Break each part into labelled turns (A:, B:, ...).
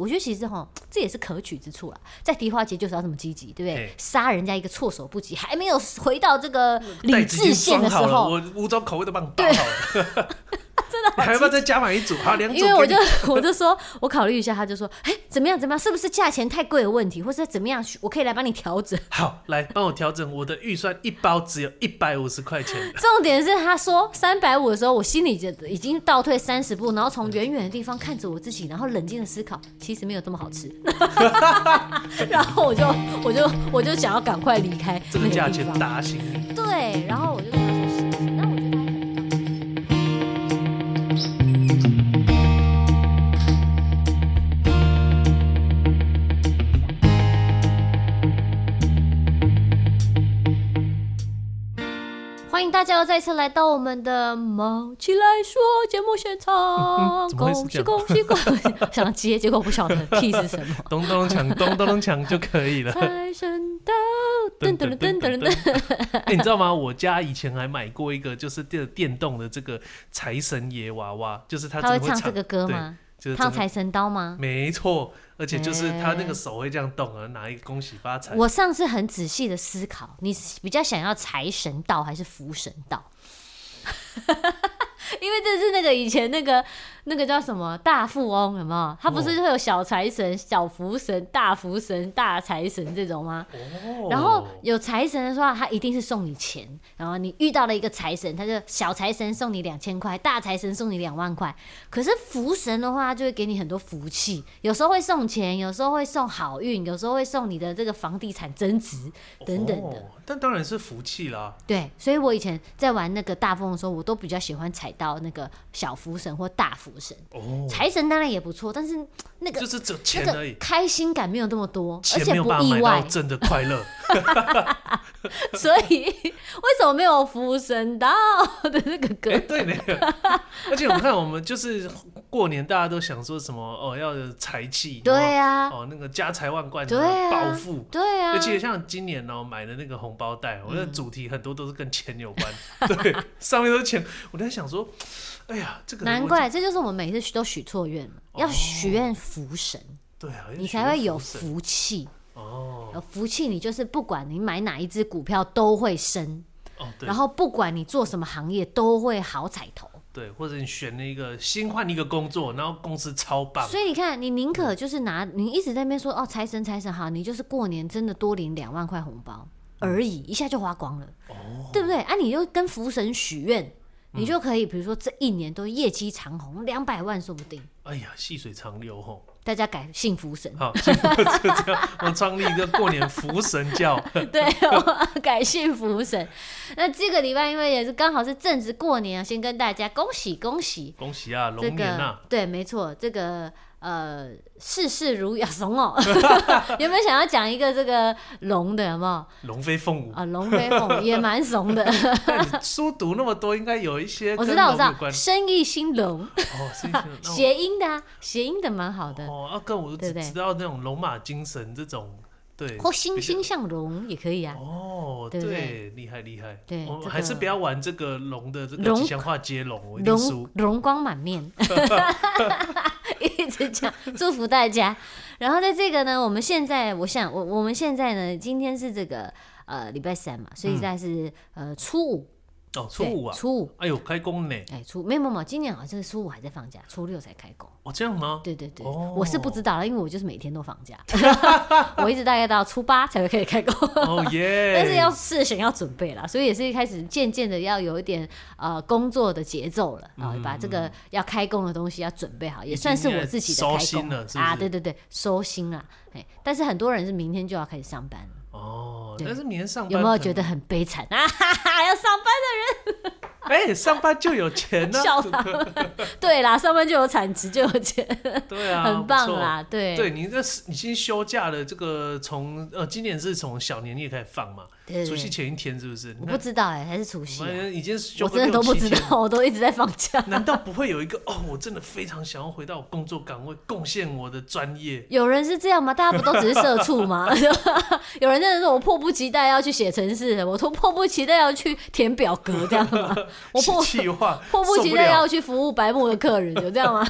A: 我觉得其实哈，这也是可取之处啦。在迪化街就是要这么积极，对不对
B: 嘿？
A: 杀人家一个措手不及，还没有回到这个
B: 袋
A: 理
B: 子已
A: 智
B: 经
A: 线
B: 装
A: 的时
B: 好了，
A: 候，
B: 我五种口味都帮你包好了， 真的，还要不要再加买一组？好，两组给
A: 因
B: 你，
A: 为我就我就说，我考虑一下，他就说，哎，怎么样怎么样，是不是价钱太贵的问题，或是怎么样，我可以来帮你调整。
B: 好来帮我调整我的预算，一包只有一百五十块 钱。
A: 重点是他说三百五的时候，我心里就已经倒退三十步，然后从远远的地方看着我自己，然后冷静的思考，其实没有这么好吃。 然后我就我就我就想要赶快离开
B: 这
A: 那
B: 个
A: 个
B: 价
A: 地
B: 钱
A: 方。
B: 打醒你。
A: 对，然后我就跟他说是，那我觉得还很棒。欢迎大家又再次来到我们的《毛起来说》节目现场，
B: 嗯怎么会是
A: 恭
B: 这
A: 喜
B: 样
A: 恭喜恭喜！ 想接，结果不晓得 T 是什 么。
B: 咚咚锵，咚咚锵就可 以了。
A: 财神到，噔噔噔噔噔噔。
B: 噔！哎，你知道吗？我家以前还买过一个，就是电电动的这个财神爷娃娃，就是他
A: 他会
B: 真的
A: 唱
B: 唱
A: 这个歌
B: 对
A: 吗？
B: 就是
A: 烫
B: 真的
A: 财神刀吗？
B: 没错，而且就是他那
A: 哎
B: 个手会这样动啊，拿一个恭喜发财。
A: 我上次很仔细的思考，你比较想要财神到还是福神到？ 因为这是那个以前那个那个叫什么大富翁，有没有？他不是会有小财神、小福神、大福神、大财神这种吗？
B: 哦
A: 然后有财神的话，他一定是送你钱。然后你遇到了一个财神，他就小财神送你两千块，大财神送你两万块。可是福神的话，他就会给你很多福气，有时候会送钱，有时候会送好运，有时候会送你的这个房地产增值等等的。
B: 哦但当然是福气啦。
A: 对，所以我以前在玩那个大富翁的时候，我都比较喜欢踩到那个小福神或大福神。
B: 哦，
A: 财神当然也不错，但是那个
B: 就是只有
A: 那
B: 钱而
A: 个
B: 已，
A: 开心感没有那么多，而
B: 钱没
A: 且
B: 有
A: 不
B: 办法
A: 意
B: 买
A: 外
B: 到。真的快 乐。
A: 所以为什么没有福神到的那个歌
B: 哎、？对呢，而且我看我们就是过年，大家都想说什么哦，要有财气，
A: 对啊，
B: 哦，那个家财万贯，
A: 对啊
B: 暴富。
A: 对啊嗯
B: 而，且像今年哦、买的那个红包袋，我的主题很多都是跟钱有关， 对，上面都是钱。我在想说，哎呀，这个
A: 难
B: 我哦
A: 怪这就是我们每次许都许错愿了，要许愿福神，
B: 对啊，
A: 你才会有
B: 福神
A: 福气。
B: 哦
A: 有福气，你就是不管你买哪一只股票都会升，
B: 哦，对
A: 然后不管你做什么行业都会好彩头。
B: 对，或者你选了一个新换一个工作，然后公司超棒，
A: 所以你看，你宁可就是拿你一直在那边说哦财神财神好，你就是过年真的多领两万块红包而已，一下就花光了，对不对？啊，你就跟福神许愿，你就可以比如说这一年都业绩长虹，两百万说不定，
B: 哎呀，细水长流吼。，
A: 大家改信福神
B: 好，就这样，我创立一个过年福神 教，
A: 对，我改信福神。那这个礼拜因为也是刚好是正值过年啊，先跟大家恭喜恭喜。
B: 恭喜啊，
A: 这
B: 龙年呐、
A: 个对，没错，这个呃，事事如意啊，怂哦， 有没有想要讲一个这个龙的？有没有？
B: 龙飞凤 舞。
A: 啊，龙飞凤也蛮怂的，
B: 但你书读那么多，应该有一些
A: 我
B: 跟
A: 知道，我
B: 龙
A: 知
B: 有
A: 道，
B: 关。
A: 生意兴隆，
B: 哦，是一些那 种
A: 谐音的啊，谐音的蛮好的，
B: 哦，啊，跟我
A: 对
B: 只
A: 不对
B: 知道那种龙马精神这种，对，
A: 或欣
B: 比较
A: 欣向荣也可以啊。
B: 哦，
A: 对不对
B: 对，厉害厉害。
A: 对
B: 我们
A: 这
B: 还是
A: 个
B: 不要玩这个龙的这个
A: 龙
B: 吉祥话接龙，我一定输
A: 容。容光满面， 一直讲祝福大家。然后在这个呢，我们现在，我想我我们现在呢，今天是这个呃礼拜三嘛，所以大概是、呃初五，
B: 哦，嗯初
A: 对
B: 五啊，
A: 初五，
B: 哎呦，开工呢？
A: 哎初没有没有没有，今年好像是初五还在放假，初六才开工。
B: 哦，这样吗？
A: 对对对，
B: 哦
A: 我是不知道啦，因为我就是每天都放假， 我一直大概到初八才会可以开 工。
B: 哦耶！
A: 但是要事情要准备啦，所以也是开始渐渐的要有一点呃工作的节奏了
B: 嗯
A: 啊，把这个要开工的东西要准备好，也算是我自己的
B: 收
A: 开
B: 心
A: 工
B: 了是不
A: 啊，
B: 是
A: 对对对，收心啦。哎，但是很多人是明天就要开始上班了，
B: 哦，
A: 对
B: 但是明天上班
A: 有没有
B: 可
A: 觉
B: 能
A: 得很悲惨啊？哈哈，要上班？
B: 哎，上班就有钱啊呢
A: 笑他 们，对啦，上班就有产值，就有钱，
B: 对啊，
A: 很
B: 不
A: 棒
B: 错。
A: 啦，对
B: 对你这是你先休假了，这个从呃今年是从小年夜开始放嘛，
A: 对对对
B: 除夕前一天是不是？
A: 我
B: 你
A: 不
B: 看，
A: 知道哎、还是除夕
B: 我
A: 啊、
B: 们已经休
A: 我
B: 个
A: 真的
B: 六
A: 都不
B: 七
A: 知
B: 天
A: 道，我都一直在放假。
B: 难道不会有一个哦？我真的非常想要回到我工作岗位，贡献我的专业。
A: 有人是这样吗？大家不都只是社畜吗？ 有人真的说我迫不及待要去写程式了，我都迫不及待要去填表格，这样 吗？我迫
B: 气话，
A: 迫不及待
B: 受
A: 要去服务白目的客人，有这样吗？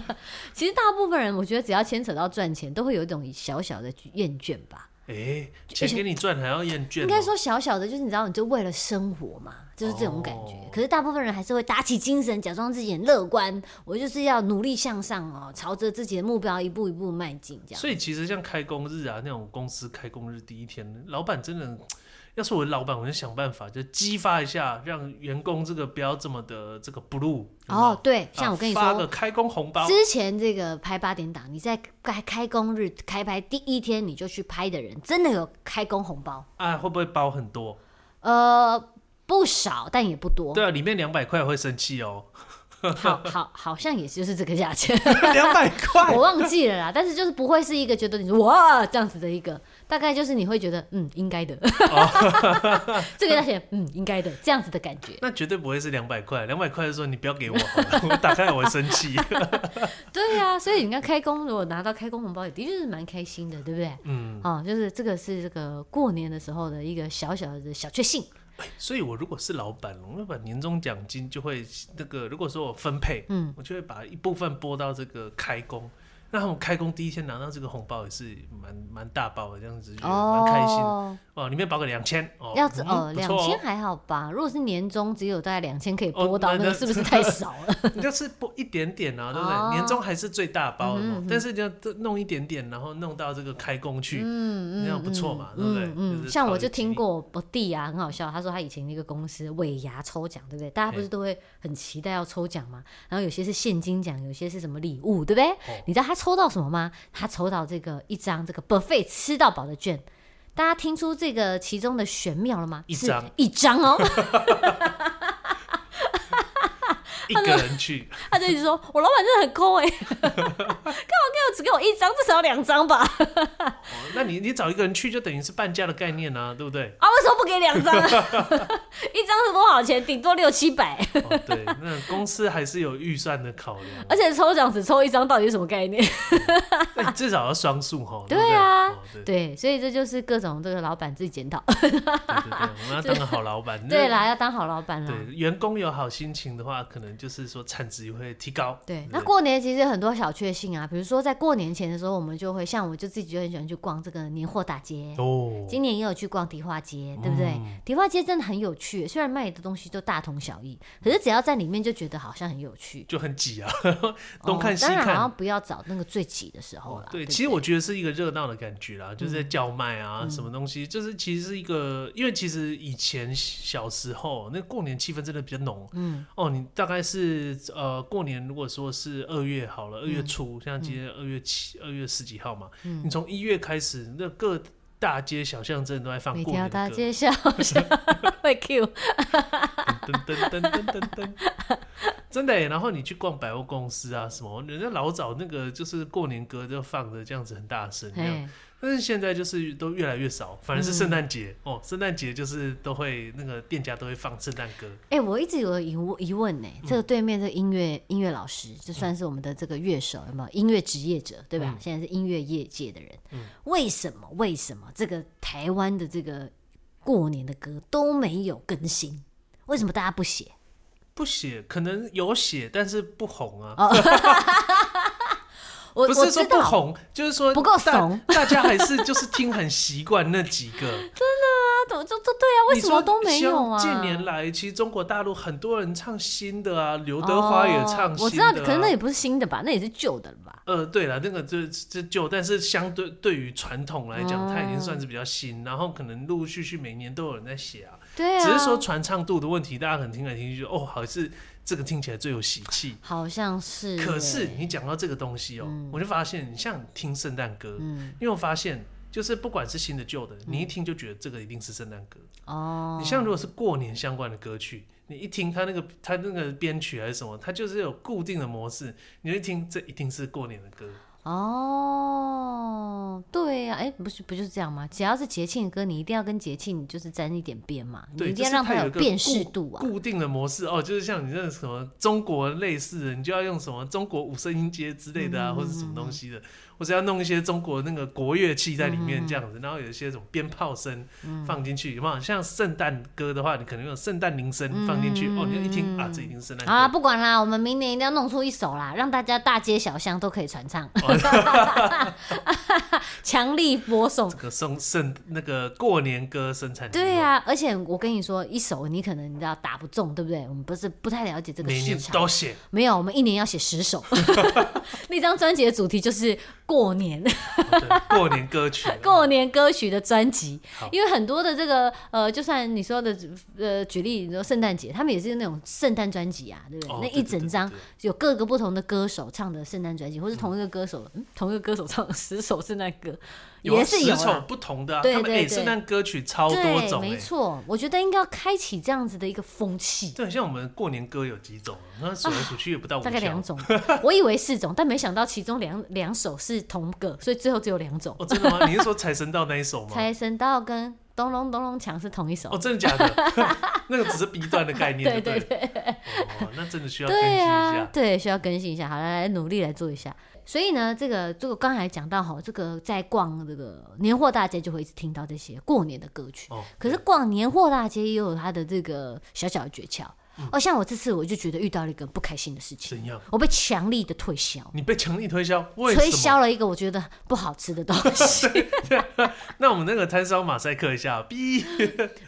A: 其实大部分人，我觉得只要牵扯到赚钱，都会有一种小小的厌倦吧。
B: 不了。哎、钱给你赚还要厌倦、哦？
A: 应该说小小的，就是你知道，你就为了生活嘛，就是这种感觉。
B: 哦
A: 可是大部分人还是会打起精神，假装自己很乐观，我就是要努力向上哦，朝着自己的目标一步一步迈进，这样。
B: 所以其实像开工日啊，那种公司开工日第一天，老板真的，要是我的老板，我就想办法，就激发一下，让员工这个不要这么的这个 blue 有没有。
A: 哦，对，
B: 啊
A: 像我跟你说，
B: 发个开工红包，
A: 之前这个拍八点档，你在开开工日开拍第一天你就去拍的人，真的有开工红包，
B: 啊，会不会包很多？
A: 呃，不少，但也不多。
B: 对啊，里面两百块会生气哦，
A: 好好好像也就是这个价钱，
B: 两百块
A: 我忘记 了啦。但是就是不会是一个觉得你说哇这样子的一个，大概就是你会觉得嗯应 该的，这个价钱嗯应该的这样子的感觉。
B: 那绝对不会是两百块，两百块的时候你不要给我好了，我打开我会生气。
A: 对呀、啊，所以你看开工如果拿到开工红包，也的确是蛮开心的，对不对？
B: 嗯，
A: 哦，就是这个是这个过年的时候的一个小小的小确幸。
B: 所以我如果是老板，我会把年终奖金就会那个，如果说我分配，
A: 嗯，
B: 我就会把一部分拨到这个开工。那他们开工第一天拿到这个红包也是蛮蛮大包的，这样子觉得嗯蛮开心的
A: 哦，
B: 哦。里面包个两千哦，
A: 要子
B: 嗯
A: 哦，
B: 不
A: 两
B: 错
A: 千还好吧？如果是年终只有大概两千可以
B: 哦
A: 拨到，
B: 那
A: 那个
B: 那
A: 是不是太少了？
B: 你就是拨一点点啊，对不
A: 哦
B: 对？年终还是最大包
A: 嗯
B: 的
A: 哼
B: 嘛
A: 嗯哼，
B: 但是就弄一点点，然后弄到这个开工去，
A: 嗯
B: 那样不错嘛对不对就是
A: 像我
B: 讨一
A: 就听
B: 吉
A: 过我弟啊，很好笑，他说他以前那个公司尾牙抽奖，对不对？大家不是都会很期待要抽奖嘛？然后有些是现金奖，有些是什么礼物，对不对？
B: 哦
A: 你知道他抽到什么吗？他抽到这个一张这个 buffet 吃到饱的券。大家听出这个其中的玄妙了吗？
B: 一
A: 是
B: 张
A: 一张 哦，
B: 一个人 去，
A: 他就一直说：“我老板真的很抠 哎、欸，干嘛给我只给我一张，至少要两张吧？啊，
B: 哦那你你找一个人去，就等于是半价的概念啊，对不对？
A: 为什么不给两 张啊？一张是多少钱？顶多六七百，
B: 哦， 对，那公司还是有预算的考量，啊
A: 而且抽奖只抽一张，到底是什么概念？
B: 那你哎至少要双数哈。
A: 对
B: 不对
A: 啊
B: 哦对对
A: 对，所以这就是各种这个老板自己检讨。
B: 对对，我 们要当个好老板。
A: 对
B: 啦，
A: 啦，要当好老板啦。
B: 对员工有好心情的话，可能就是说产值会提高。
A: 对
B: 不，
A: 那过年其实很多小确幸啊，比如说在过年前的时候，我们就会像我就自己就很喜欢去逛这个年货大街。
B: 哦，嗯
A: 今年也有去逛迪化街，对不对？迪化街真的很有趣，虽然卖的东西都大同小异，可是只要在里面就觉得好像很有趣。
B: 就很挤啊， 东看西
A: 哦、当然好
B: 看哦
A: 像。不要找那个最挤的时候啦。
B: 对，
A: 不
B: 其实我觉得是一个热闹的感觉啦，就是在叫卖啊，
A: 嗯
B: 什么东西，就是其实是一个，因为其实以前小时候那过年气氛真的比较浓，
A: 嗯，
B: 哦，你大概是呃过年，如果说是二月好了，二月初，像今天二月七、二月十几号嘛，
A: 嗯
B: 你从一月开始，那各大街小巷镇都在放
A: 每
B: 过
A: 条
B: 年
A: 大
B: 的歌，
A: 街小 巷会 Q，
B: 噔噔噔噔噔噔噔，真的耶。然后你去逛百货公司啊，什么人家老早那个就是过年歌就放的这样子很大声这样，
A: 嘿，
B: 但是现在就是都越来越少，反而是圣诞节
A: 嗯
B: 哦，圣诞节就是都会那个店家都会放圣诞歌，
A: 哎、我一直有个疑问疑问呢、这个
B: 嗯
A: 对面这个音乐音乐老师，就算是我们的这个乐手，有没有音乐职业者，对吧？
B: 嗯
A: 现在是音乐业界的人，
B: 嗯
A: 为什么为什么这个台湾的这个过年的歌都没有更新？为什么大家不写？
B: 不写可能有写，但是不红啊。
A: 我
B: 不
A: 哦我
B: 是说
A: 知
B: 不
A: 道，啊
B: 红，就是说
A: 不够
B: 大
A: 怂
B: 大家还是就是听很习惯那几个。
A: 那怎么就就对啊？ 为
B: 你
A: 什
B: 说
A: 么都没有啊？
B: 像近年来，其实中国大陆很多人唱新的啊，刘德华也唱新的、啊
A: 哦。我知道，可能那也不是新的吧，那也是旧的了吧？
B: 呃，对了，那个这这旧，但是相对对于传统来讲，它已经
A: 哦
B: 算是比较新，然后可能陆陆续续每年都有人在写啊，
A: 对啊，
B: 只是说传唱度的问题，大家可能听来听去就哦，好像是这个听起来最有喜气。
A: 好像是耶，
B: 可是你讲到这个东西哦、我就发现，你像听圣诞歌，
A: 嗯
B: 因为我发现，就是不管是新的旧的，你一听就觉得这个一定是圣诞歌。
A: 哦，
B: 你像如果是过年相关的歌曲，你一听它那个它那个编曲还是什么，它就是有固定的模式，你就一听这一定是过年的歌。
A: 哦，对呀、哎、哎、不是不就是这样吗？只要是节庆的歌，你一定要跟节庆就是沾一点边嘛，你
B: 对，
A: 一定要
B: 就是
A: 让它
B: 它
A: 有
B: 一个
A: 辨识
B: 固
A: 度啊。
B: 固定的模式哦，就是像你那什么中国类似的，你就要用什么中国五声音阶之类的啊，
A: 嗯
B: 或者什么东西的，或者要弄一些中国那个国乐器在里面这样子，然后有一些什么鞭炮
A: 嗯
B: 声放进去，有没有？像圣诞歌的话，你可能有圣诞铃声放进去，哦，你要一听
A: 嗯
B: 啊，这一定是圣诞歌。
A: 好啦，不管啦，我们明年一定要弄出一首啦，让大家大街小巷都可以传唱，
B: 哦
A: 强力播送
B: 这。个送圣那个过年歌生产，
A: 对、啊，而且我跟你说，一首你可能你知道打不中，对不对？我们不是不太了解这个
B: 每
A: 市
B: 年
A: 场，
B: 都写，
A: 没有，我们一年要写十首。 那张专辑的主题就是过年，，
B: 哦对，过年歌曲
A: 过年歌曲的专辑
B: 好，
A: 因为很多的这个呃，就算你说的呃，举例你说圣诞节，他们也是那种圣诞专辑啊，对不对？
B: 哦
A: 那
B: 对
A: 一整张
B: 对对
A: 有各个不同的歌手唱的圣诞专辑，或是同一个歌手、嗯同一个歌手唱十首圣诞歌，
B: 有啊
A: 也是有
B: 十首
A: 啦。
B: 不同的、啊，
A: 对
B: 他们
A: 对
B: 哎，
A: 对
B: 圣诞歌曲超多
A: 对，
B: 种、
A: 没
B: 哎。
A: 错，我觉得应该要开启这样子的一个风气，
B: 对，像我们过年歌有几种啊，那数来数去也不到五
A: 大概
B: 条
A: 两。种，我以为四种，但没想到其中两两首是同个，所以最后只有两种。
B: 哦，真的吗？你是说财神到那一首吗？
A: 财神到跟咚隆咚隆锵是同一首
B: 哦，，真的 假的？那个只是 B 段的概念，
A: 对
B: 对
A: 对
B: 不对哦，那真的需要更新一
A: 对啊
B: 下，。
A: 对，需要更新一下，好来来努力来做一下。所以呢，这个这个刚才讲到哈，这个在逛这个年货大街就会一直听到这些过年的歌曲。
B: 哦，
A: 可是逛年货大街也有它的这个小小的诀窍。哦，像我这次我就觉得遇到了一个不开心的事情，
B: 怎样？
A: 我被强力的推销，
B: 你被强力推销？为
A: 推
B: 什么？
A: 销了一个我觉得不好吃的东西。
B: 那我们那个摊商马赛克一下，B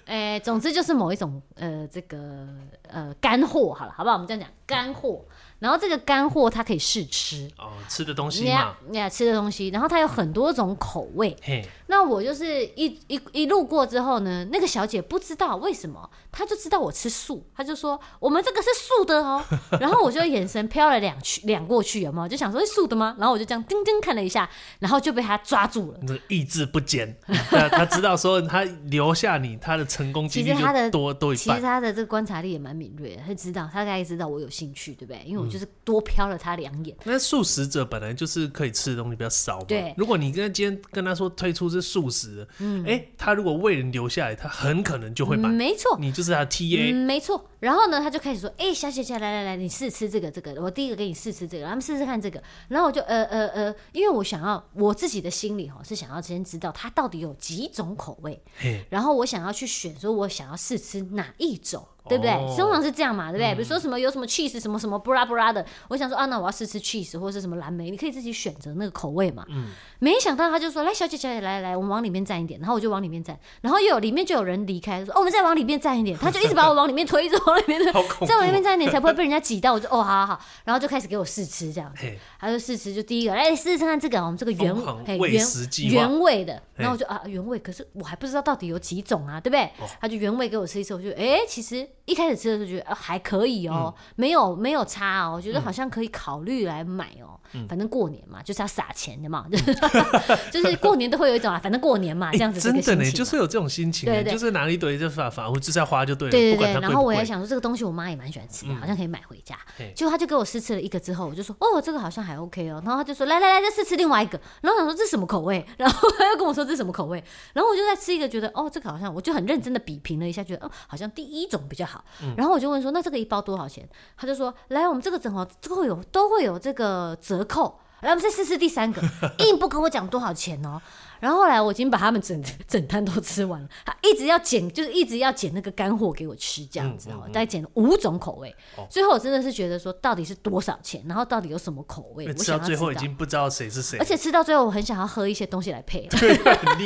A: 哎、总之就是某一种呃，这个呃干货好了，好不好？我们这样讲干货，然后这个干货它可以试吃，
B: 哦，吃的东
A: 你
B: 西
A: 要
B: 嘛，
A: 你要吃的东西，然后它有很多种口味。
B: 嘿，
A: 那我就是一一一路过之后呢，那个小姐不知道为什么，她就知道我吃素，她就说我们这个是素的哦。 然后我就眼神飘了两去两过去，有没有？就想说是素的吗？然后我就这样盯盯看了一下，然后就被她抓住了。
B: 那个意志不坚，那 他知道说他留下你，他的成功几率
A: 其实他的
B: 就多多一
A: 其实
B: 半。
A: 他的这个观察力也蛮敏锐的，他知道，他大概知道我有兴趣，对不对？
B: 嗯
A: 因为我就是多瞟了他两眼。
B: 那素食者本来就是可以吃的东西比较少嘛。
A: 对
B: 如果你跟他今天跟他说推出是素食的，嗯，哎、他如果为人留下来，他很可能就会买。
A: 嗯没错，
B: 你就是他的 TA，、
A: 嗯，没错。然后呢，他就开始说：“哎、小姐姐，来来来，你试吃这个这个，我第一个给你试吃这个，他们试试看这个。”然后我就呃呃呃，因为我想要我自己的心里哈是想要先知道它到底有几种口味，
B: 嘿，
A: 然后我想要去选，说我想要试吃哪一种，对不对？
B: 哦
A: 通常是这样嘛，对不对？比如说什么有什么 cheese 什么什么布拉布拉的，我想说啊，那我要试吃 cheese 或是什么蓝莓，你可以自己选择那个口味嘛。
B: 嗯
A: 没想到他就说来，小姐小姐，来来来，我们往里面站一点，然后我就往里面站，然后又有里面就有人离开，说、哦、我们再往里面站一 点，他就一直把我往里面推，一直往里面推，
B: 好恐怖
A: 再往里面站一点才不会被人家挤到。我就哦，好好好，然后就开始给我试吃这样子
B: 嘿，
A: 他就试吃就第一个，来试试看这个，我们这个原
B: 疯狂
A: 嘿
B: 喂
A: 原
B: 食计划
A: 原原味的，然后我就啊原味，可是我还不知道到底有几种啊，对不对？
B: 哦
A: 他就原味给我吃一次，我就哎、其实一开始吃的时候觉得、啊、还可以哦，
B: 嗯
A: 没有没有差哦，我觉得好像可以考虑来买哦。
B: 嗯
A: 反正过年嘛，就是要撒钱的嘛，就是 就是过年都会有一种啊，反正过年嘛，这样子
B: 欸
A: 的一
B: 真
A: 个
B: 的
A: 心情嘛。
B: 呢，
A: 啊
B: 就是有这种心情欸，
A: 对对
B: 就是拿了一堆就是反反，我就是要花就对了，
A: 对对
B: 不管
A: 对，
B: 它
A: 然
B: 贵
A: 后
B: 不
A: 我也
B: 贵。
A: 想说这个东西我妈也蛮喜欢吃的，好像可以买回家
B: 嘿。
A: 结果她就给我试吃了一个之后，我就说哦，这个好像还 OK 哦。然后她就说来来来，再试吃另外一个。然后我想说这什么口味？然后她又跟我说这什么口味？然后我就再吃一个，觉得哦，这个好像我就很认真的比评了一下，觉得哦，好像第一种比较好。
B: 嗯
A: 然后我就问说那这个一包多少钱？她就说来，我们这个整盒都会有都会有这个折扣。来，我们再试试第三 个，硬不跟我讲多少钱哦。然后后来我已经把他们整整摊都吃完了，他一直要捡，就是一直要捡那个干货给我吃，这样
B: 嗯
A: 子哦，大概捡了五种口味。
B: 哦
A: 最后我真的是觉得说，到底是多少钱，然后到底有什么口味，
B: 因为
A: 我
B: 吃
A: 想
B: 到
A: 要
B: 最后已
A: 知道。
B: 经不知道谁是谁
A: 而，且吃到最后，我很想要喝一些东西来配，
B: 对，很腻。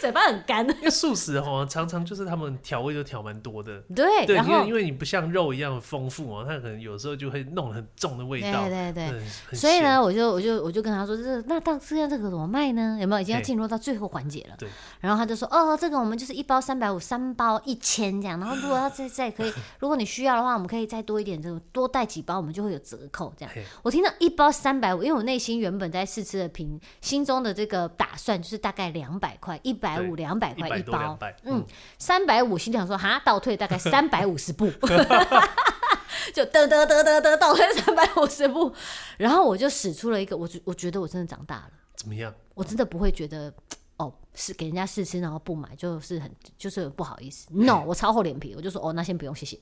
A: 嘴巴很干。
B: 因为素食哦，常常就是他们调味都调蛮多的，
A: 对，
B: 对，
A: 然
B: 因为
A: 后
B: 因为你不像肉一样丰富哦，它可能有时候就会弄得很重的味
A: 对
B: 道，
A: 对对
B: 很，很
A: 所以
B: 咸
A: 呢，我就我就我就跟他说，这那到这样这个怎么卖呢？有没有已经要进入到最后环节了？
B: 对。
A: 然后他就说，哦，这个我们就是一包三百五，三包一千这样。然后如果要再再 可以，如果你需要的话，我们可以再多一点，这种多带几包，我们就会有折扣这样
B: 嘿。
A: 我听到一包三百五，因为我内心原本在试吃的评心中的这个打算就是大概两百块，一百五两百块
B: 100
A: 一
B: 多
A: 包
B: 200，
A: 嗯，三百五，心想说哈，倒退大概三百五十步。 就得得得得得倒退三百五十步，然后我就使出了一个，我觉我觉得我真的长大了，
B: 怎 么样？
A: 我真的不会觉得哦，是给人家试吃然后不买，就是很就是不好意思。No，我超厚脸皮，我就说哦，那先不用，谢谢。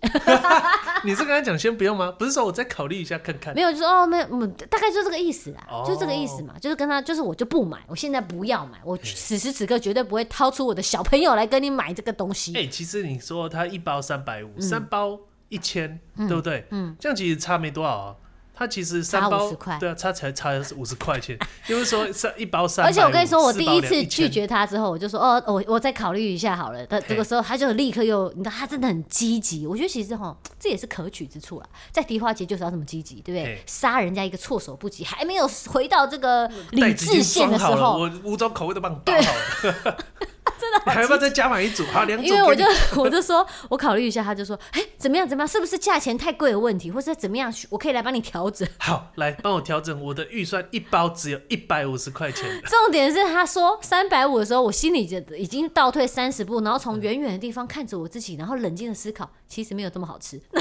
B: 你是跟他讲先不用吗？不是说我再考虑一下看看
A: 没有，就说哦，没有，嗯，大概就这个意思啦，
B: 哦
A: 就这个意思嘛，就是跟他，就是我就不买，我现在不要买，我此时此刻绝对不会掏出我的小朋友来跟你买这个东西。
B: 哎、其实你说它一包三百五，
A: 嗯
B: 三包一千、对不对？嗯，这样其实差没多少啊。它其实三
A: 差
B: 包
A: 50块
B: 对啊，差才差五十块钱， 因为说三一包三，
A: 而且我跟你说，我第一次拒绝他之后，我就说哦，我我再考虑一下好了。他这个时候他就立刻又，你知道他真的很积极。我觉得其实哈，这也是可取之处啦。在迪化街就是要这么积极，对不对
B: 嘿？
A: 杀人家一个措手不及，还没有回到这个理
B: 袋子已
A: 智
B: 经
A: 线的
B: 装
A: 时
B: 好了，
A: 候，
B: 我五种口味都帮你包好了， 真的，你还要不要再加买一组？好，两组给
A: 因
B: 你，
A: 为我就我就说，我考虑一下，他就说，哎，怎么样怎么样，是不是价钱太贵的问题，或者怎么样，我可以来帮你调整。
B: 好来帮我调整我的预算，一包只有一百五十块钱，
A: 重点是他说三百五的时候，我心里就已经倒退三十步，然后从
B: 嗯
A: 远远的地方看着我自己，然后冷静的思考，其实没有这么好吃。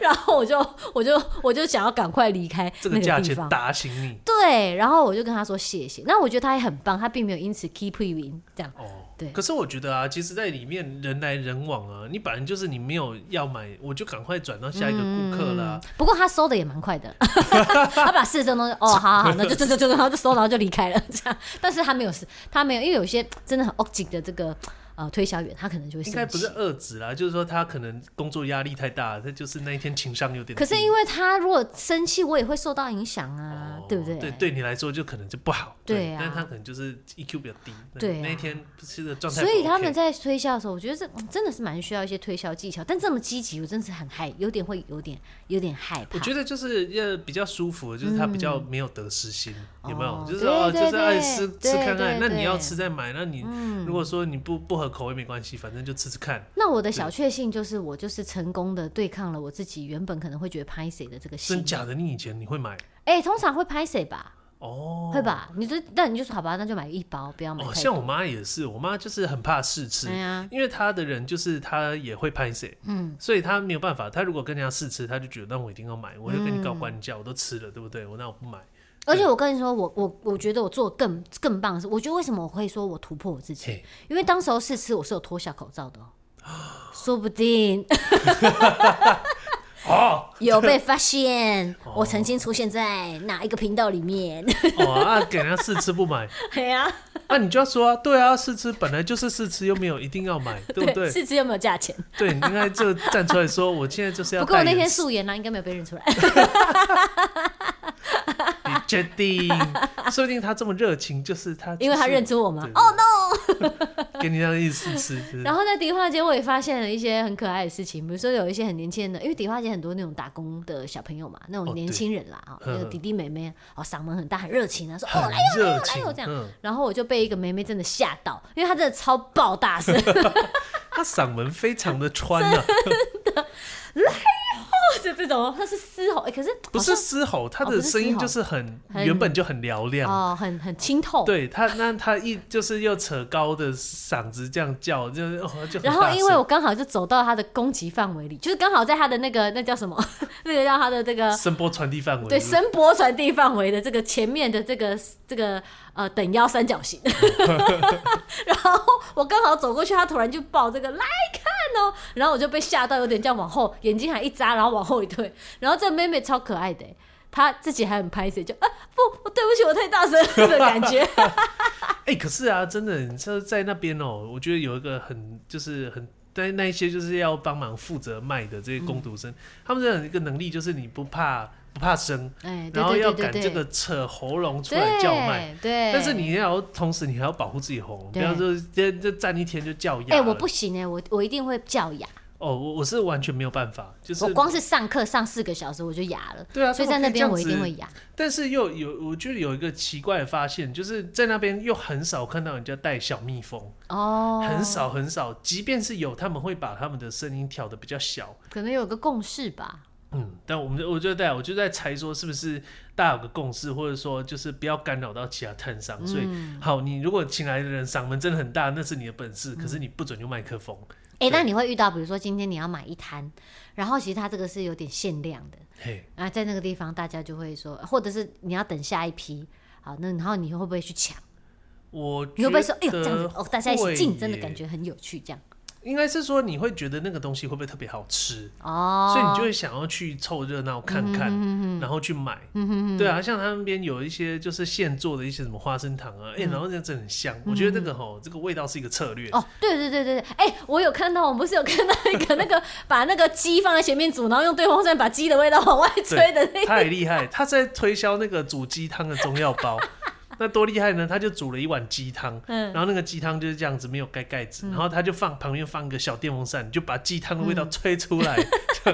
A: 然后我就我就我就想要赶快离开
B: 这
A: 那个
B: 个价
A: 地
B: 钱
A: 方。
B: 打醒你
A: 对，然后我就跟他说谢谢。那我觉得他也很棒，他并没有因此 keep win 这样。
B: 哦。
A: 对
B: 可是我觉得啊，其实，在里面人来人往啊，你本来就是你没有要买，我就赶快转到下一个顾客啦、
A: 嗯不过他收的也蛮快的， 他把四这东 西哦，好好好，那就就就就然后就收，然后就离开了 这样。但是他没有，他没有，因为有些真的很 o 景的这个呃推销员，他可能就会
B: 应
A: 生
B: 该不
A: 气
B: 是。二职啦，就是说他可能工作压力太大，他就是那一天情商有点低。
A: 可是因
B: 为
A: 为他如果生气，我也会受到影响啊，对不对？
B: 哦对，对你来说就可能就不好。
A: 对啊
B: 但他可能就是 EQ 比较低。那
A: 对啊
B: 那一天吃的状态不
A: 所
B: OK。
A: 以他们在推销的时候，我觉得这嗯真的是蛮需要一些推销技巧。但这么积极，我真是很害，有点会有点有点害怕。
B: 我觉得就是要比较舒服，就是他比较没有得失心，
A: 嗯
B: 有没有
A: 哦？
B: 就是
A: 对
B: 哦，
A: 对
B: 就是爱
A: 对
B: 吃吃
A: 对
B: 看看，
A: 对嗯
B: 那你
A: 对
B: 要吃再买，那你如果说你不不合口味没关系，反正就吃吃看。
A: 那我的小确幸就是，我就是成功的对抗了我自己原本可能会觉得拍谁的这个心
B: 真。假的，你以前你会买
A: 哎、通常会拍谁吧？
B: 哦？
A: 会？吧？你就那你就说好吧，那就买一包，不要买
B: 哦，
A: 太
B: 像
A: 多。
B: 我妈也是，我妈就是很怕试吃
A: 哎，呀，
B: 因为她的人就是她也会拍谁，
A: 嗯，
B: 所以她没有办法。她如果跟人家试吃，她就觉得那我一定要买，我就跟
A: 嗯
B: 你告官教，我都吃了，对不对？我那我不买。
A: 而且我跟你说，我我我觉得我做得更更棒的是，我觉得为什么我会说我突破我自己，
B: 嘿，
A: 因为当时候试吃我是有脱下口罩的哦，说不 定
B: 哦，
A: 有被发现
B: 哦。
A: 我曾经出现在哪一个频道里面？
B: 哦啊，给人家试吃不买，
A: 对呀、
B: 那、你就要说啊，对啊，试吃本来就是试吃，又没有一定要买，对不 对？
A: 试吃有没有价钱？
B: 对，你应该就站出来说，我现在就是要
A: 不
B: 代言。
A: 过我那天素颜啦、应该没有被认出来。
B: 你决定，说不定他这么热情，就是他、
A: 因为他认出我嘛
B: 哦 no，给 你让意思吃， 是
A: 然后在迪化街，我也发现了一些很可爱的事情，比如说有一些很年轻人的，因为迪化街很多那种打工的小朋友嘛，那
B: 哦
A: 种年
B: 对
A: 轻人啦，啊、
B: 嗯
A: 有弟弟妹妹，哦，嗓门很大，很热情啊，说哦
B: 很
A: 来
B: 热
A: 来
B: 情
A: 哟，这样
B: 嗯，
A: 然后我就被一个妹妹真的吓到，因为她真的超爆大 声，我
B: 他嗓门非常的穿 啊，
A: 就这种，她是嘶吼，诶可是
B: 不
A: 好
B: 是
A: 像
B: 嘶吼，他
A: 哦
B: 的
A: 不是
B: 声音
A: 嘶吼
B: 就是很
A: 很
B: 原本就很嘹亮。
A: 哦，很很清透。
B: 对他，那他一就是又扯高的嗓子这样叫，就是哦就很
A: 然后
B: 大
A: 因为
B: 声
A: 我刚好就走到她的攻击范围里，就是刚好在她的那个那叫什么， 那个叫她的这个
B: 声波传递范围
A: 对
B: 是不是
A: 声波传递范围的这个前面的这个这个呃等腰三角形， 然后我刚好走过去，他突然就抱这个来看哦，然后我就被吓到，有点这样往后，眼睛还一眨，然后往后一退，然后这妹妹超可爱的欸。她自己还很拍手，就啊不，我对不起，我太大声了的感 觉。
B: 哎、可是啊，真的，你像在那边哦、我觉得有一个很就是很。但那一些就是要帮忙负责卖的这些工读生，
A: 嗯
B: 他们这样有一个能力，就是你不怕不怕生，
A: 哎，对
B: 然后
A: 对
B: 要
A: 对
B: 敢
A: 对
B: 这
A: 对，
B: 个扯喉咙出来叫卖，
A: 对对。
B: 但是你也要同时你还要保护自己喉咙，不
A: 对
B: 要说这这站一天就叫哑了。
A: 哎，我不行哎，我我一定会叫哑。
B: 哦，我我是完全没有办法，就是
A: 我光是上课上四个小时我就哑了，
B: 对啊，
A: 所以
B: 他
A: 在
B: 们
A: 那
B: 可以
A: 边
B: 这样
A: 我一定
B: 子
A: 会哑。
B: 但是又有，我觉得有一个奇怪的发现，就是在那边又很少看到人家带小蜜蜂。
A: 哦，
B: 很少很少，即便是有，他们会把他们的声音调的比较小。
A: 可能有个共识吧。
B: 嗯，但我们就我就在我就在猜说，是不是大家有个共识，或者说就是不要干扰到其他摊商。所以，
A: 嗯
B: 好，你如果请来的人嗓门真的很大，那是你的本事，可是
A: 嗯
B: 你不准用麦克风。
A: 哎、
B: 对
A: 那你会遇到，比如说今天你要买一摊，然后其实它这个是有点限量的，
B: 嘿，
A: 啊，在那个地方大家就会说，或者是你要等下一批好，那然后你会不会去抢？
B: 我
A: 你会不会说，哎呦，
B: 觉
A: 这样子
B: 得
A: 哦，大家一起
B: 会
A: 竞争的
B: 耶
A: 感觉很有趣，这样
B: 应该是说你会觉得那个东西会不会特别好吃，
A: 哦。嗯
B: 所以你就会想要去凑热闹看看，然后去买。对啊，像他们那边有一些就是现做的一些什么花生糖啊，哎、
A: 嗯
B: 然后那真的很香。我觉得那个吼，这个味道是一个策略。
A: 哦，对对对对对，哎、我有看到，我们不是有看到一个那 个把那个鸡放在前面煮，然后用对风扇把鸡的味道往外吹的那个，
B: 太厉害，他在推销那个煮鸡汤的中药 包。那多厉害呢！他就煮了一碗鸡汤，
A: 嗯
B: 然后那个鸡汤就是这样子，没有盖盖子，然后他就放旁边放一个小电风扇，就把鸡汤的味
A: 嗯
B: 道吹出 来。就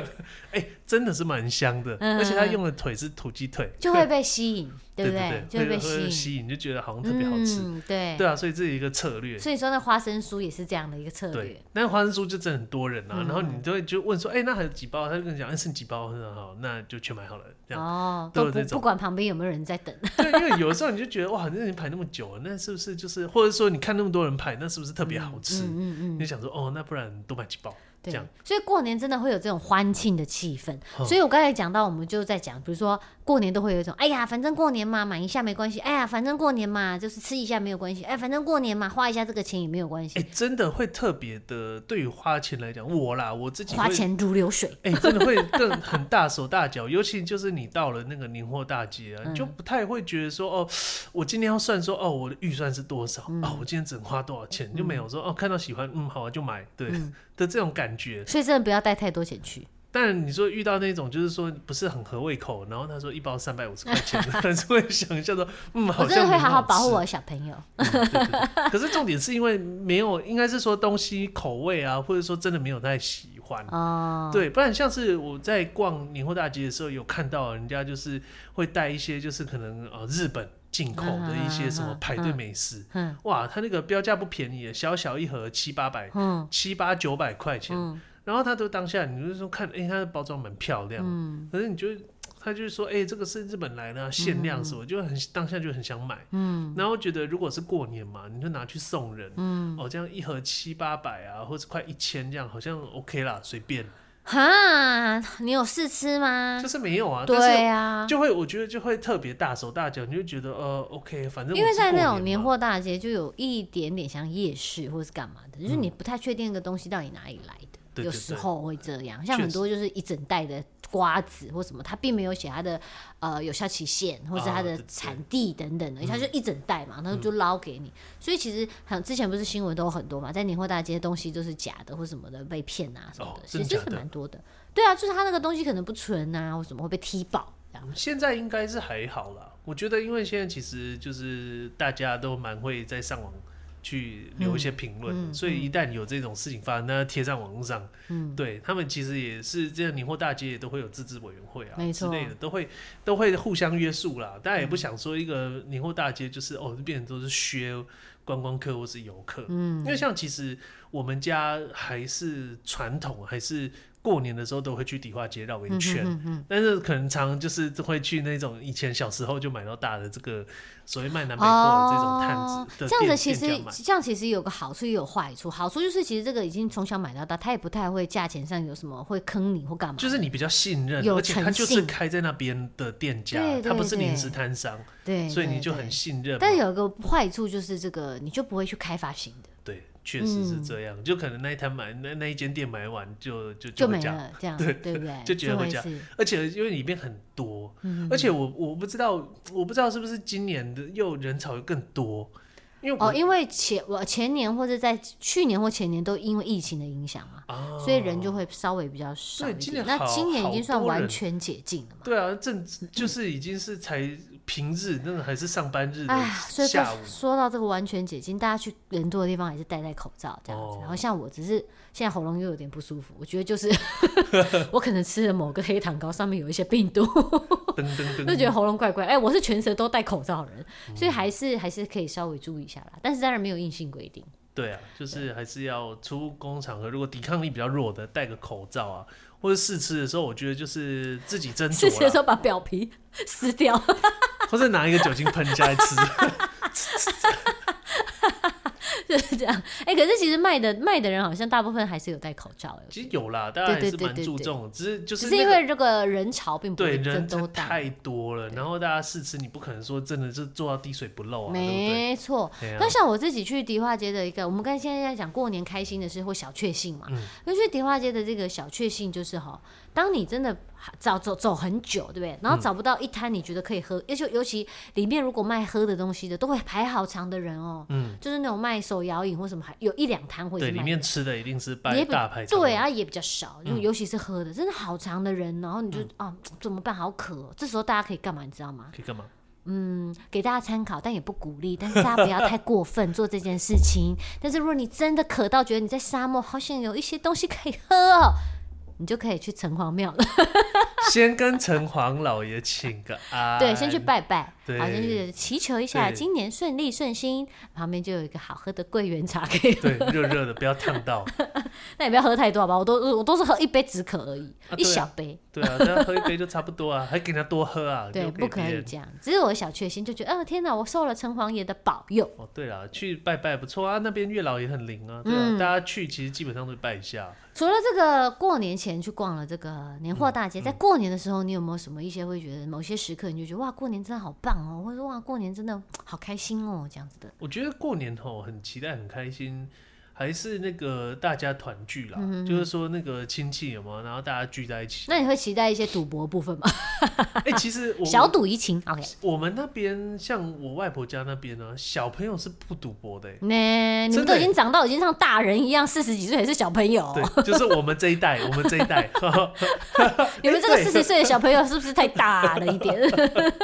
B: 哎、真的是蛮香的，
A: 嗯
B: 而且他用的腿是土鸡腿，
A: 就 会被吸引，对不
B: 对
A: 就会被
B: 会
A: 吸
B: 会吸引，就觉得好像
A: 引，
B: 特别好吃。
A: 嗯，对。
B: 对啊，所以这是一个策略。
A: 所以说，那花生酥也是这样的一个策略嗯
B: 对。，那花生酥就真的很多人啊，然后你就会就问说，哎、那还有几包？他就跟你讲，哎、剩几包？很好，那就全买好了。这样，
A: 哦，
B: 都
A: 都
B: 有
A: 不
B: 这种
A: 不管旁边有没有人在 等，
B: 对，因为有的时候你就觉得哇，那你排那么久了，那是不是就是，或者说你看那么多人排，那是不是特别好吃？
A: 嗯嗯嗯，
B: 你想说哦，那不然多买几包这
A: 对
B: 样。。
A: 所以过年真的会有这种欢庆的气氛。
B: 嗯
A: 所以我刚才讲到，我们就在讲，比如说过年都会有一种，哎呀，反正过年嘛，买一下没关系，哎呀，反正过年嘛，就是吃一下没有关系，哎，反正过年嘛，花一下这个钱也没有关
B: 哎、
A: 系，
B: 真的会特别的，对于花钱来讲，我啦，我自己
A: 花
B: 会，
A: 钱如流水。
B: 哎、真的会更很大手大脚，尤其就是你到了那个年货大街啊，你就
A: 嗯
B: 不太会觉得说哦，我今天要算说哦，我的预算是多少、哦，
A: 嗯
B: 我今天只能花多少钱，就没有说哦，看到喜欢，嗯，好啊，就买，对、 的这种感觉。
A: 所以真的不要带太多钱去，
B: 但你说遇到那种就是说不是很合胃口，然后他说一包三百五十块钱， 还是会想一下说，嗯，
A: 我
B: 好
A: 真的
B: 像
A: 会
B: 很
A: 好好保护
B: 吃
A: 我。的小朋友。
B: 嗯对对对可是重点是因为没有，应该是说东西口味啊，或者说真的没有太喜欢。
A: 哦，
B: 对，不然像是我在逛年货大街的时候，有看到人家就是会带一些就是可能呃日本进口的一些什么
A: 嗯
B: 排队美食，
A: 嗯
B: 哇，它那个标价不便宜耶，小小一盒七八百、
A: 嗯
B: 七八九百块钱，
A: 嗯
B: 然后他都当下，你就是说看，哎、它的包装蛮漂亮，
A: 嗯
B: 可是你就他就是说，哎、这个是日本来的、啊，限量什么，就很当下就很想买，
A: 嗯，
B: 然后觉得如果是过年嘛，你就拿去送人，嗯，哦，这样一盒七八百啊，或者快一千这样，好像 OK 啦，随便，
A: 哈，你有试吃吗
B: 就？是没有啊，
A: 对
B: 但
A: 啊
B: 是，就会我觉得就会特别大手大脚，你就觉得呃 OK，反正
A: 因
B: 我
A: 为
B: 是
A: 在那
B: 过
A: 种年
B: 年嘛。
A: 货大街，就有一点点像夜市或是干嘛的，就是
B: 嗯
A: 你不太确定那个东西到底哪里来的。
B: 对对
A: 有
B: 对
A: 时候会这样，像
B: 确
A: 很多就是一整袋的瓜子或什么，它并没有写它的呃有效期限或是它
B: 啊
A: 的
B: 对对嗯
A: 产地等等的，它就一整袋嘛，然后就捞给你。所以其实很之前不是新闻都有很多嘛，在年货大街东西都是假的或什么的被骗啊什么
B: 哦
A: 的，其
B: 真的
A: 实
B: 假
A: 是
B: 的
A: 蛮多的。对啊，就是它那个东西可能不纯啊或什么会被踢爆这样。
B: 现在应该是还好啦，我觉得因为现在其实就是大家都蛮会在上网去留一些评论的，
A: 嗯嗯
B: 所以一旦有这种事情发生，那贴上网络上，
A: 嗯
B: 对他们其实也是这样，年货大街也都会有自治委员会啊
A: 没
B: 之
A: 错嗯
B: 类的，都会都会互相约束啦。大家也不想说一个年货大街就是、哦，变成都是削观光客或是游客，嗯，因为像其实我们家还是传统还是。过年的时候都会去迪化街绕一圈，
A: 嗯嗯
B: 但是可能常就是会去那种以前小时候就买到大的这个所谓卖南北货的这种摊
A: 哦
B: 子的店、
A: 这样子其实
B: 店家买
A: 这样其实有个好处也有坏处，好处就是其实这个已经从小买到大，它也不太会价钱上有什么会坑你或干嘛的，
B: 就是你比较信任，
A: 有
B: 而且他
A: 诚
B: 就是
A: 信
B: 开在那边的店家，
A: 对对
B: 他不是
A: 对
B: 临时摊商，
A: 对，
B: 所以
A: 对
B: 你就
A: 对
B: 很信任嘛。
A: 但有一个坏处就是这个你就不会去开发新的，
B: 对，确实
A: 嗯
B: 是这样，就可能那一摊买那那一间店买完就就
A: 就
B: 回
A: 没
B: 家
A: 了，这样
B: 对
A: 对不对？
B: 就觉得
A: 会
B: 会这样
A: 是
B: 而且因为里面很多，
A: 嗯
B: 而且我我不知道我不知道是不是今年的又人潮又更多，因为我、
A: 哦，因为前我前年或者在去年或前年都因为疫情的影响嘛，
B: 啊
A: 所以人就会稍微比较少
B: 对
A: 一
B: 今
A: 点。
B: 年
A: 那
B: 好
A: 今年已
B: 好
A: 经算
B: 多
A: 完
B: 人
A: 全解禁了嘛？
B: 对啊，正就是已经是才平日，那个还是上班日
A: 哎，所
B: 的
A: 以
B: 下
A: 说
B: 午。
A: 说到这个完全解禁，大家去人多的地方还是戴戴口罩这样子。
B: 哦
A: 然后像我，只是现在喉咙又有点不舒服，我觉得就是 我可能吃了某个黑糖糕，上面有一些病毒，
B: 噔 噔
A: 就觉得
B: 噔，
A: 喉咙怪怪。哎，我是全程都戴口罩
B: 哦
A: 的人，所以还是还是可以稍微注意一下啦。但是当然没有硬性规定，
B: 对啊，就是还是要出工场合，如果抵抗力比较弱的，戴个口罩啊，或者试吃的时候，我觉得就是自己斟
A: 吃
B: 酌
A: 吃的时候
B: 啦，
A: 把表皮 撕掉，
B: 或者拿一个酒精喷下来吃。
A: 就是这样。哎、可是其实卖的卖的人好像大部分还是有戴口罩、哎
B: 其实有啦，大家
A: 对
B: 还
A: 对
B: 是
A: 对
B: 蛮
A: 对
B: 注
A: 对
B: 重的，只是就
A: 只
B: 是
A: 是
B: 那
A: 因
B: 个
A: 为这个人潮并不
B: 对
A: 是
B: 人
A: 真
B: 真
A: 都
B: 的
A: 戴，
B: 太多了，然后大家试吃，你不可能说真的是做到滴水不漏啊，对不对？
A: 没错。
B: 对啊
A: 那像我自己去迪化街的一个，我们刚现在在讲过年开心的事或小确幸嘛，
B: 嗯
A: 那去迪化街的这个小确幸就是哈，当你真的找走走很久，对不对？
B: 嗯
A: 然后找不到一摊你觉得可以喝，而且、尤其里面如果卖喝的东西的，都会排好长的人哦、
B: 嗯，
A: 就是那种卖手摇饮或什么，还有一两摊会
B: 对，
A: 是
B: 里
A: 卖
B: 面吃的一定是
A: 也比
B: 拜大排长
A: 对
B: 龙，
A: 啊，也比较少，就
B: 嗯
A: 尤其是喝的，真的好长的人，然后你就、啊怎么办？好渴哦、这时候大家可以干嘛？你知道吗？
B: 可以干嘛？
A: 嗯，给大家参考，但也不鼓励，但是大家不要太过分做这件事情。但是如果你真的渴到觉得你在沙漠，好想有一些东西可以喝哦， 你就可以去城隍庙了。
B: 哎先跟城隍老爷 请个安，
A: 对，先去拜拜，
B: 对
A: 好，先去祈求一下
B: 对
A: 今年顺利顺心。旁边就有一个好喝的桂圆茶可以喝，
B: 对，热热的，不要烫到。
A: 那也不要喝太多好吧？我都我都是喝一杯止渴而已，
B: 啊
A: 一
B: 对啊
A: 小杯。
B: 对啊，大家喝一杯就差不多啊，还给人家多喝啊，
A: 对，
B: 留给
A: 不可
B: 别
A: 以
B: 人
A: 这样。只是我的小确幸，就觉得，哦、天哪，我受了城隍爷的保佑。
B: 哦，对啦，去拜拜不错啊，那边月老也很灵啊，对啊，
A: 嗯
B: 大家去其实基本上都拜一下。啊
A: 除了这个过年前去逛了这个年货大
B: 嗯
A: 街，在过年的时候，你有没有什么一些会觉得某些时刻你就觉得哇，过年真的好棒哦，或者说哇，过年真的好开心哦，这样子的。
B: 我觉得过年吼很期待，很开心，还是那个大家团聚啦，
A: 嗯
B: 就是说那个亲戚有没有，然后大家聚在一起。
A: 那你会期待一些赌博部分吗？
B: 哎、其实我
A: 小赌怡情，OK。
B: 我们那边像我外婆家那边呢、小朋友是不赌博的、欸。
A: 那你们
B: 真
A: 都
B: 的
A: 已经长到已经像大人一样，四十几岁还是小朋友哦、
B: 对，就是我们这 一代，我们这一代，
A: 你们这个
B: 对
A: 四十岁的小朋友是不是太大了一点？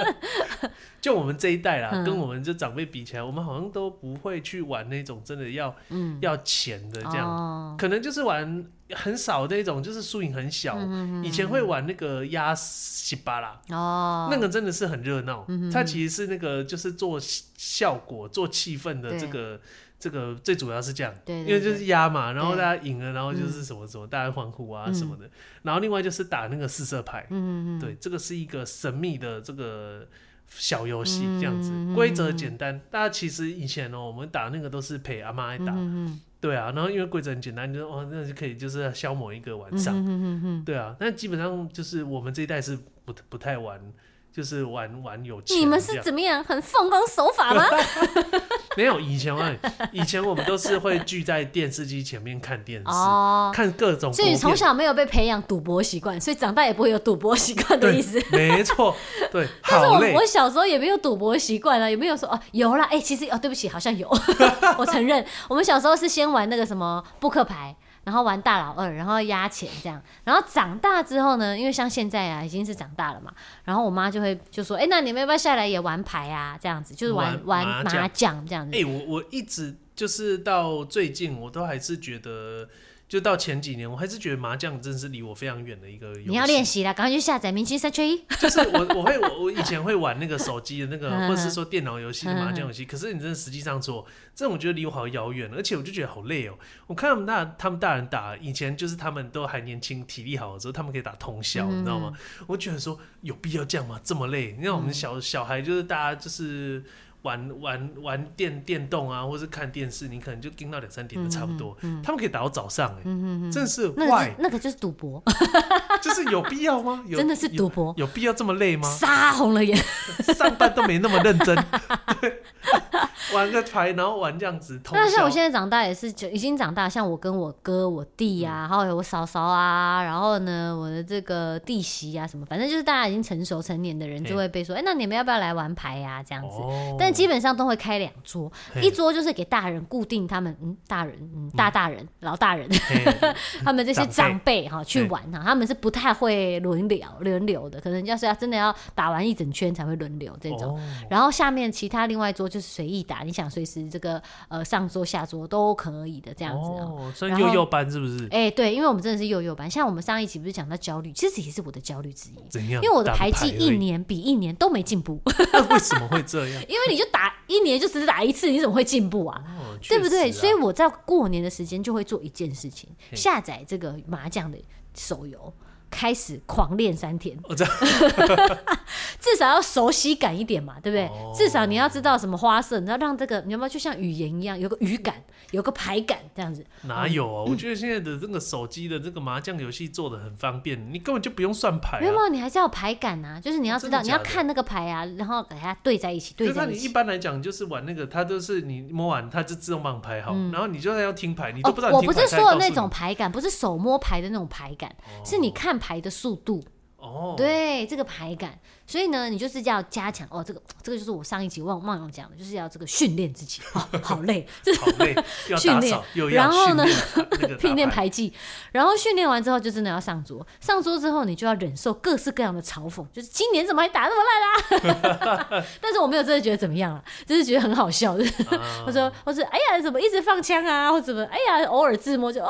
B: 就我们这一代啦，
A: 嗯
B: 跟我们这长辈比起来，我们好像都不会去玩那种真的要、要钱的这样
A: 嗯哦，
B: 可能就是玩很少那种，就是输赢很
A: 嗯
B: 小。以前会玩那个压西巴啦，
A: 哦，
B: 那个真的是很热闹。它其实是那个就是做效果、做气氛的这个这个最主要是这样。
A: 对对
B: 因为就是压嘛，然后
A: 对嗯
B: 大家赢了，然后就是什么什么，大家欢呼啊什么的。然后另外就是打那个四色牌，
A: 嗯嗯嗯，
B: 对，这个是一个神秘的这个小游戏，这样子
A: 嗯
B: 规则简单。大家其实以前哦、我们打那个都是陪阿妈来打，
A: 嗯嗯
B: 对啊，然后因为规则很简单，就是哦，那就可以就是消磨一个晚
A: 嗯
B: 上，
A: 嗯嗯嗯。
B: 对啊。但基本上就是我们这一代是不不太玩，就是玩玩有钱这
A: 你
B: 样。
A: 们是怎么样？很奉公守法 吗？
B: 没有以前啊？以前我们都是会聚在电视机前面看电视，
A: 哦，
B: 看各种国片。
A: 所以你从小没有被培养赌博习惯，所以长大也不会有赌博习惯的
B: 对
A: 意 思。，
B: 没错， 对，
A: 但是
B: 好累
A: 我我。小时候也没有赌博习惯啊，也没有说哦有啦，哎、其实哦对不起，好像有， 我承认，我们小时候是先玩那个什么扑克牌。然后玩大老二，然后压钱这样，然后长大之后呢，因为像现在啊，已经是长大了嘛，然后我妈就会就说，哎，那你们要不要下来也玩牌啊？这样子，就是玩玩
B: 玩麻将
A: 麻将这样子
B: 哎、。我我一直就是到最近，我都还是觉得，就到前几年，我还是觉得麻将真是离我非常远的一个游戏。
A: 你要练习啦，赶快去下载《明星三缺一》。
B: 就是我我会我我以前会玩那个手机的那 个，
A: 嗯
B: 或者是说电脑游戏、麻将游戏。可是你真的实际上做，这种我觉得离我好遥远，而且我就觉得好累哦。我看他们大他们大人打，以前就是他们都还年轻、体力好的时候，他们可以打通宵，你知道吗？
A: 嗯
B: 我觉得说有必要这样吗？这么累？你看我们小小孩就是大家就是。玩玩玩电电动啊，或是看电视，你可能就盯到两三点就差不多。
A: 嗯
B: 他们可以打到早上、欸，真的是
A: 那个、就
B: why？
A: 是、那个就是赌博，
B: 就是有必要吗？有
A: 真的是
B: 有
A: 赌博，
B: 有必要这么累吗？
A: 杀红了眼。
B: 上班都没那么认真，对，玩个牌，然后玩这样子通宵。
A: 那像我现在长大也是，就已经长大，像我跟我哥、我弟呀、还有我嫂嫂啊，
B: 嗯
A: 然后呢，我的这个弟媳啊什么，反正就是大家已经成熟成年的人
B: 嘿
A: 就会被说，哎、那你们要不要来玩牌呀、这样子。
B: 哦，
A: 但基本上都会开两桌，
B: 嘿
A: 一桌就是给大人固定他们，嗯，大人，嗯，大大人、老大人，
B: 嘿
A: 他们这些长
B: 长
A: 辈哈去
B: 对
A: 玩哈，他们是不太会轮流轮流的，可能要是要真的要打完一整圈才会轮流这种。
B: 哦
A: 然后下面其他另外一桌就是随意打，你想随时这个呃上桌下桌都可以的这样子哦。
B: 哦，算
A: 然后
B: 幼幼班是不是？
A: 哎、对，因为我们真的是幼幼班，像我们上一集不是讲到焦虑，其实也是我的焦虑之一，
B: 怎样？
A: 因为我的
B: 打
A: 牌
B: 个
A: 技
B: 而
A: 一
B: 已，
A: 年比一年都没进步，
B: 那为什么会这样？
A: 因为你就打一年就只是打一次，你怎么会进步啊？
B: 哦，
A: 对不对？
B: 确实啊
A: 所以我在过年的时间就会做一件事情，
B: 嘿
A: 下载这个麻将的手游。开始狂练三天，
B: 我知道，
A: 至少要熟悉感一点嘛，对不对？
B: 哦
A: 至少你要知道什么花色，你要让这个，你要不要就像语言一样，有个语感，有个排感这样子。
B: 哪有
A: 嗯
B: 啊？我觉得现在的这个手机的这个麻将游戏做的很方便，你根本就不用算牌
A: 没有没
B: 啊。
A: 有，你还是要有排感啊，就是你要知道，
B: 哦真的
A: 你
B: 假
A: 要
B: 的
A: 看那个牌啊，然后把它对在一起，
B: 就
A: 对
B: 是那
A: 在一
B: 你一
A: 起。
B: 般来讲就是玩那个，它都是你摸完它就自动帮你排好，然后你就算要听牌，你都不知道
A: 嗯哦我
B: 你
A: 不
B: 听牌
A: 是
B: 它
A: 说的
B: 也告诉
A: 那
B: 你
A: 种排感，不是手摸牌的那种排感，是你看牌的速度。
B: 哦，
A: 对这个排感，所以呢，你就是要加强哦。这个这个就是我上一集忘忘了讲的，就是要这个训练自己， 哦、好累， 就是
B: 好累，要打
A: 训练
B: 扫又要
A: 然后
B: 训
A: 呢
B: 练打那 个
A: 训练
B: 打牌，
A: 排技。然后训练完之后，就真的要上桌。上桌之后，你就要忍受各式各样的嘲讽，就是今年怎么还打那么烂啦、 但是我没有真的觉得怎么样了，只是觉得很好笑。就是
B: 啊
A: 我说，我说，哎呀，怎么一直放枪啊，或怎么，哎呀，偶尔自摸就哦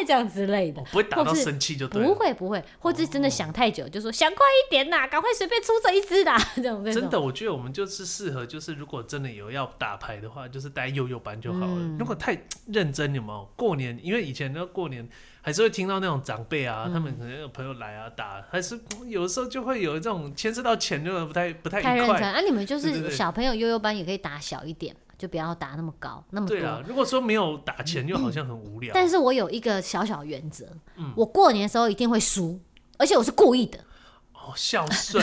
A: 耶这样之类的
B: 哦。不会打
A: 或
B: 到
A: 是
B: 生气就对哦
A: 不
B: 了。
A: 会不会，或者真的想太久，就说想快一点呐、赶快随便出这一只啦， 这种这种
B: 真的，我觉得我们就是适合，就是如果真的有要打牌的话，就是待幼幼班就好了。
A: 嗯
B: 如果太认真，有没有？过年，因为以前呢，过年还是会听到那种长辈
A: 嗯
B: 啊，他们可能有朋友来啊打，还是有的时候就会有这种牵涉到钱，就不太不太
A: 太
B: 愉
A: 认真
B: 快。
A: 啊！你们就
B: 对对
A: 是
B: 对
A: 小朋友悠悠班也可以打小一点嘛，就不要打那么高那么
B: 对啊
A: 多。，
B: 如果说没有打钱，又好像很无聊。嗯
A: 但是我有一个小小原则，我过年的时候一定会输，而且我是故意的。
B: 哦，孝顺，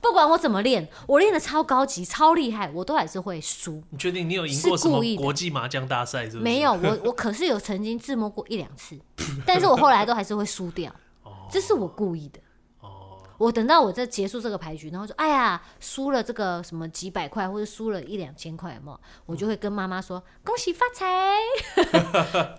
A: 不管我怎么练，我练的超高级、超厉害，我都还是会输。
B: 你确定你有赢
A: 是
B: 过什么
A: 故意的
B: 国际麻将大赛？是不是？
A: 没 有，我我可是有曾经自摸过一两次，但是我后来都还是会输掉，
B: 哦
A: 这是我故意的。我等到我这结束这个牌局，然后说，哎呀，输了这个什么几百块，或者输了一两千块，有没有？我就会跟妈妈说，恭喜发 财，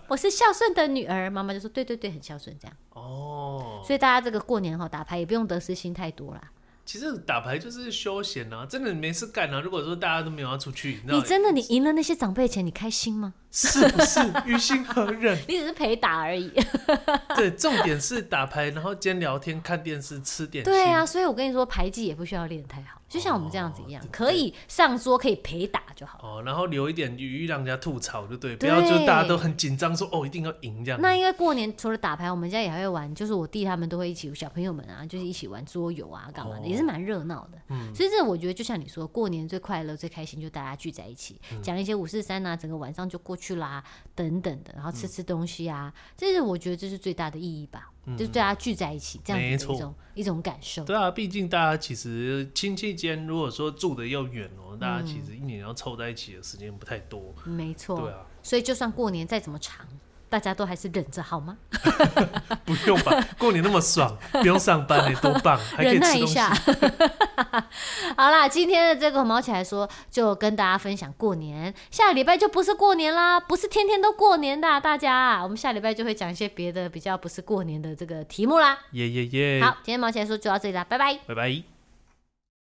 A: 我是孝顺的女儿。妈妈就说，对对对，很孝顺这样。
B: 哦。
A: 所以大家这个过年哈打牌也不用得失心太多啦。
B: 其实打牌就是休闲啊，真的没事干啊。如果说大家都没有要出去，你知道
A: 你真的你赢了那些长辈的钱，你开心吗？
B: 是不是于心 何忍？
A: 你只是陪打而已。
B: 对，重点是打牌，然后兼聊天、看电视、吃点心。
A: 对啊，所以我跟你说，牌技也不需要练得太好，就像我们这样子一样，可以上桌可以陪打就好。
B: 哦，然后留一点余裕让人家吐槽，就对，不
A: 对
B: 要就大家都很紧张，说哦一定要赢这样。
A: 那因为过年除了打牌，我们家也还会玩，就是我弟他们都会一起，小朋友们啊，就是一起玩桌游啊，干嘛的，
B: 哦
A: 也是蛮热闹的。
B: 嗯
A: 所以这我觉得就像你说，过年最快乐、最开心就大家聚在一起，
B: 嗯
A: 讲一些五四三啊，整个晚上就过去啦，等等的，然后吃吃东西啊，
B: 嗯
A: 这是我觉得这是最大的意义吧，就是大家聚在一起这样
B: 没
A: 子的
B: 错
A: 一种一种感受。
B: 对啊，毕竟大家其实亲戚间如果说住的又远哦，
A: 嗯
B: 大家其实一年要凑在一起的时间不太多。
A: 没错，
B: 对啊，
A: 所以就算过年再怎么长，大家都还是忍着好吗？
B: 不用吧？过年那么爽，不用上班呢，多棒！还可以
A: 忍耐
B: 吃
A: 一
B: 东西。
A: 下。 好啦，今天的这个毛起来说，就跟大家分享过年。下礼拜就不是过年啦，不是天天都过年的啊、大家啊、我们下礼拜就会讲一些别的比较不是过年的这个题目啦。
B: 耶耶耶！
A: 好，今天毛起来说就到这里啦，拜拜。
B: 拜拜。